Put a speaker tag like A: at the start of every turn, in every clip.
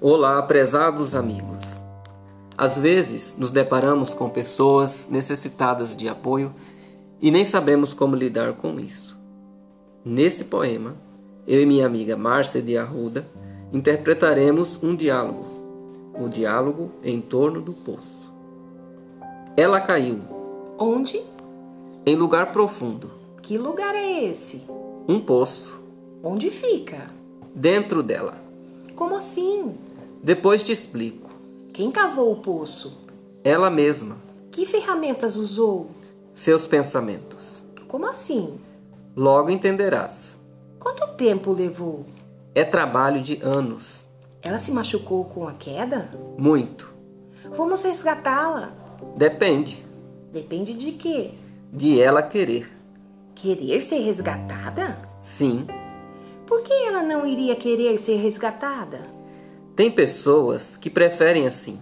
A: Olá, prezados amigos. Às vezes nos deparamos com pessoas necessitadas de apoio e nem sabemos como lidar com isso. Nesse poema, eu e minha amiga Márcia de Arruda interpretaremos um diálogo, o diálogo em torno do poço. Ela caiu
B: Onde?
A: em lugar profundo,
B: Que lugar é esse?
A: um poço,
B: Onde fica?
A: dentro dela.
B: Como assim?
A: Depois te explico.
B: Quem cavou o poço?
A: Ela mesma,
B: Que ferramentas usou?
A: seus pensamentos.
B: Como assim?
A: Logo entenderás.
B: Quanto tempo levou?
A: É trabalho de anos,
B: Ela se machucou com a queda?
A: muito.
B: Vamos resgatá-la.
A: Depende
B: Depende de quê?
A: de ela querer.
B: Querer ser resgatada?
A: Sim,
B: Por que ela não iria querer ser resgatada?
A: tem pessoas que preferem assim.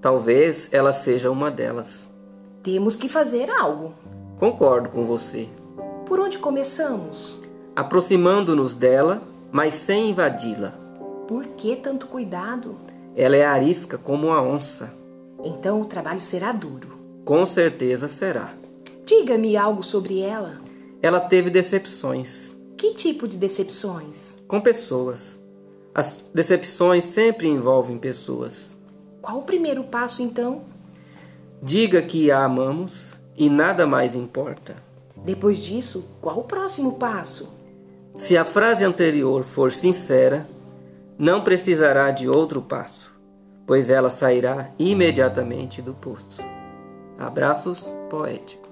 A: Talvez ela seja uma delas.
B: Temos que fazer algo.
A: Concordo com você.
B: Por onde começamos?
A: Aproximando-nos dela, mas sem invadi-la.
B: Por que tanto cuidado?
A: Ela é arisca como a onça.
B: Então o trabalho será duro.
A: Com certeza será.
B: Diga-me algo sobre ela.
A: Ela teve decepções
B: Que tipo de decepções?
A: com pessoas. As decepções sempre envolvem pessoas.
B: Qual o primeiro passo então?
A: Diga que a amamos e nada mais importa.
B: Depois disso, qual o próximo passo?
A: Se a frase anterior for sincera, não precisará de outro passo, pois ela sairá imediatamente do poço. Abraços poéticos.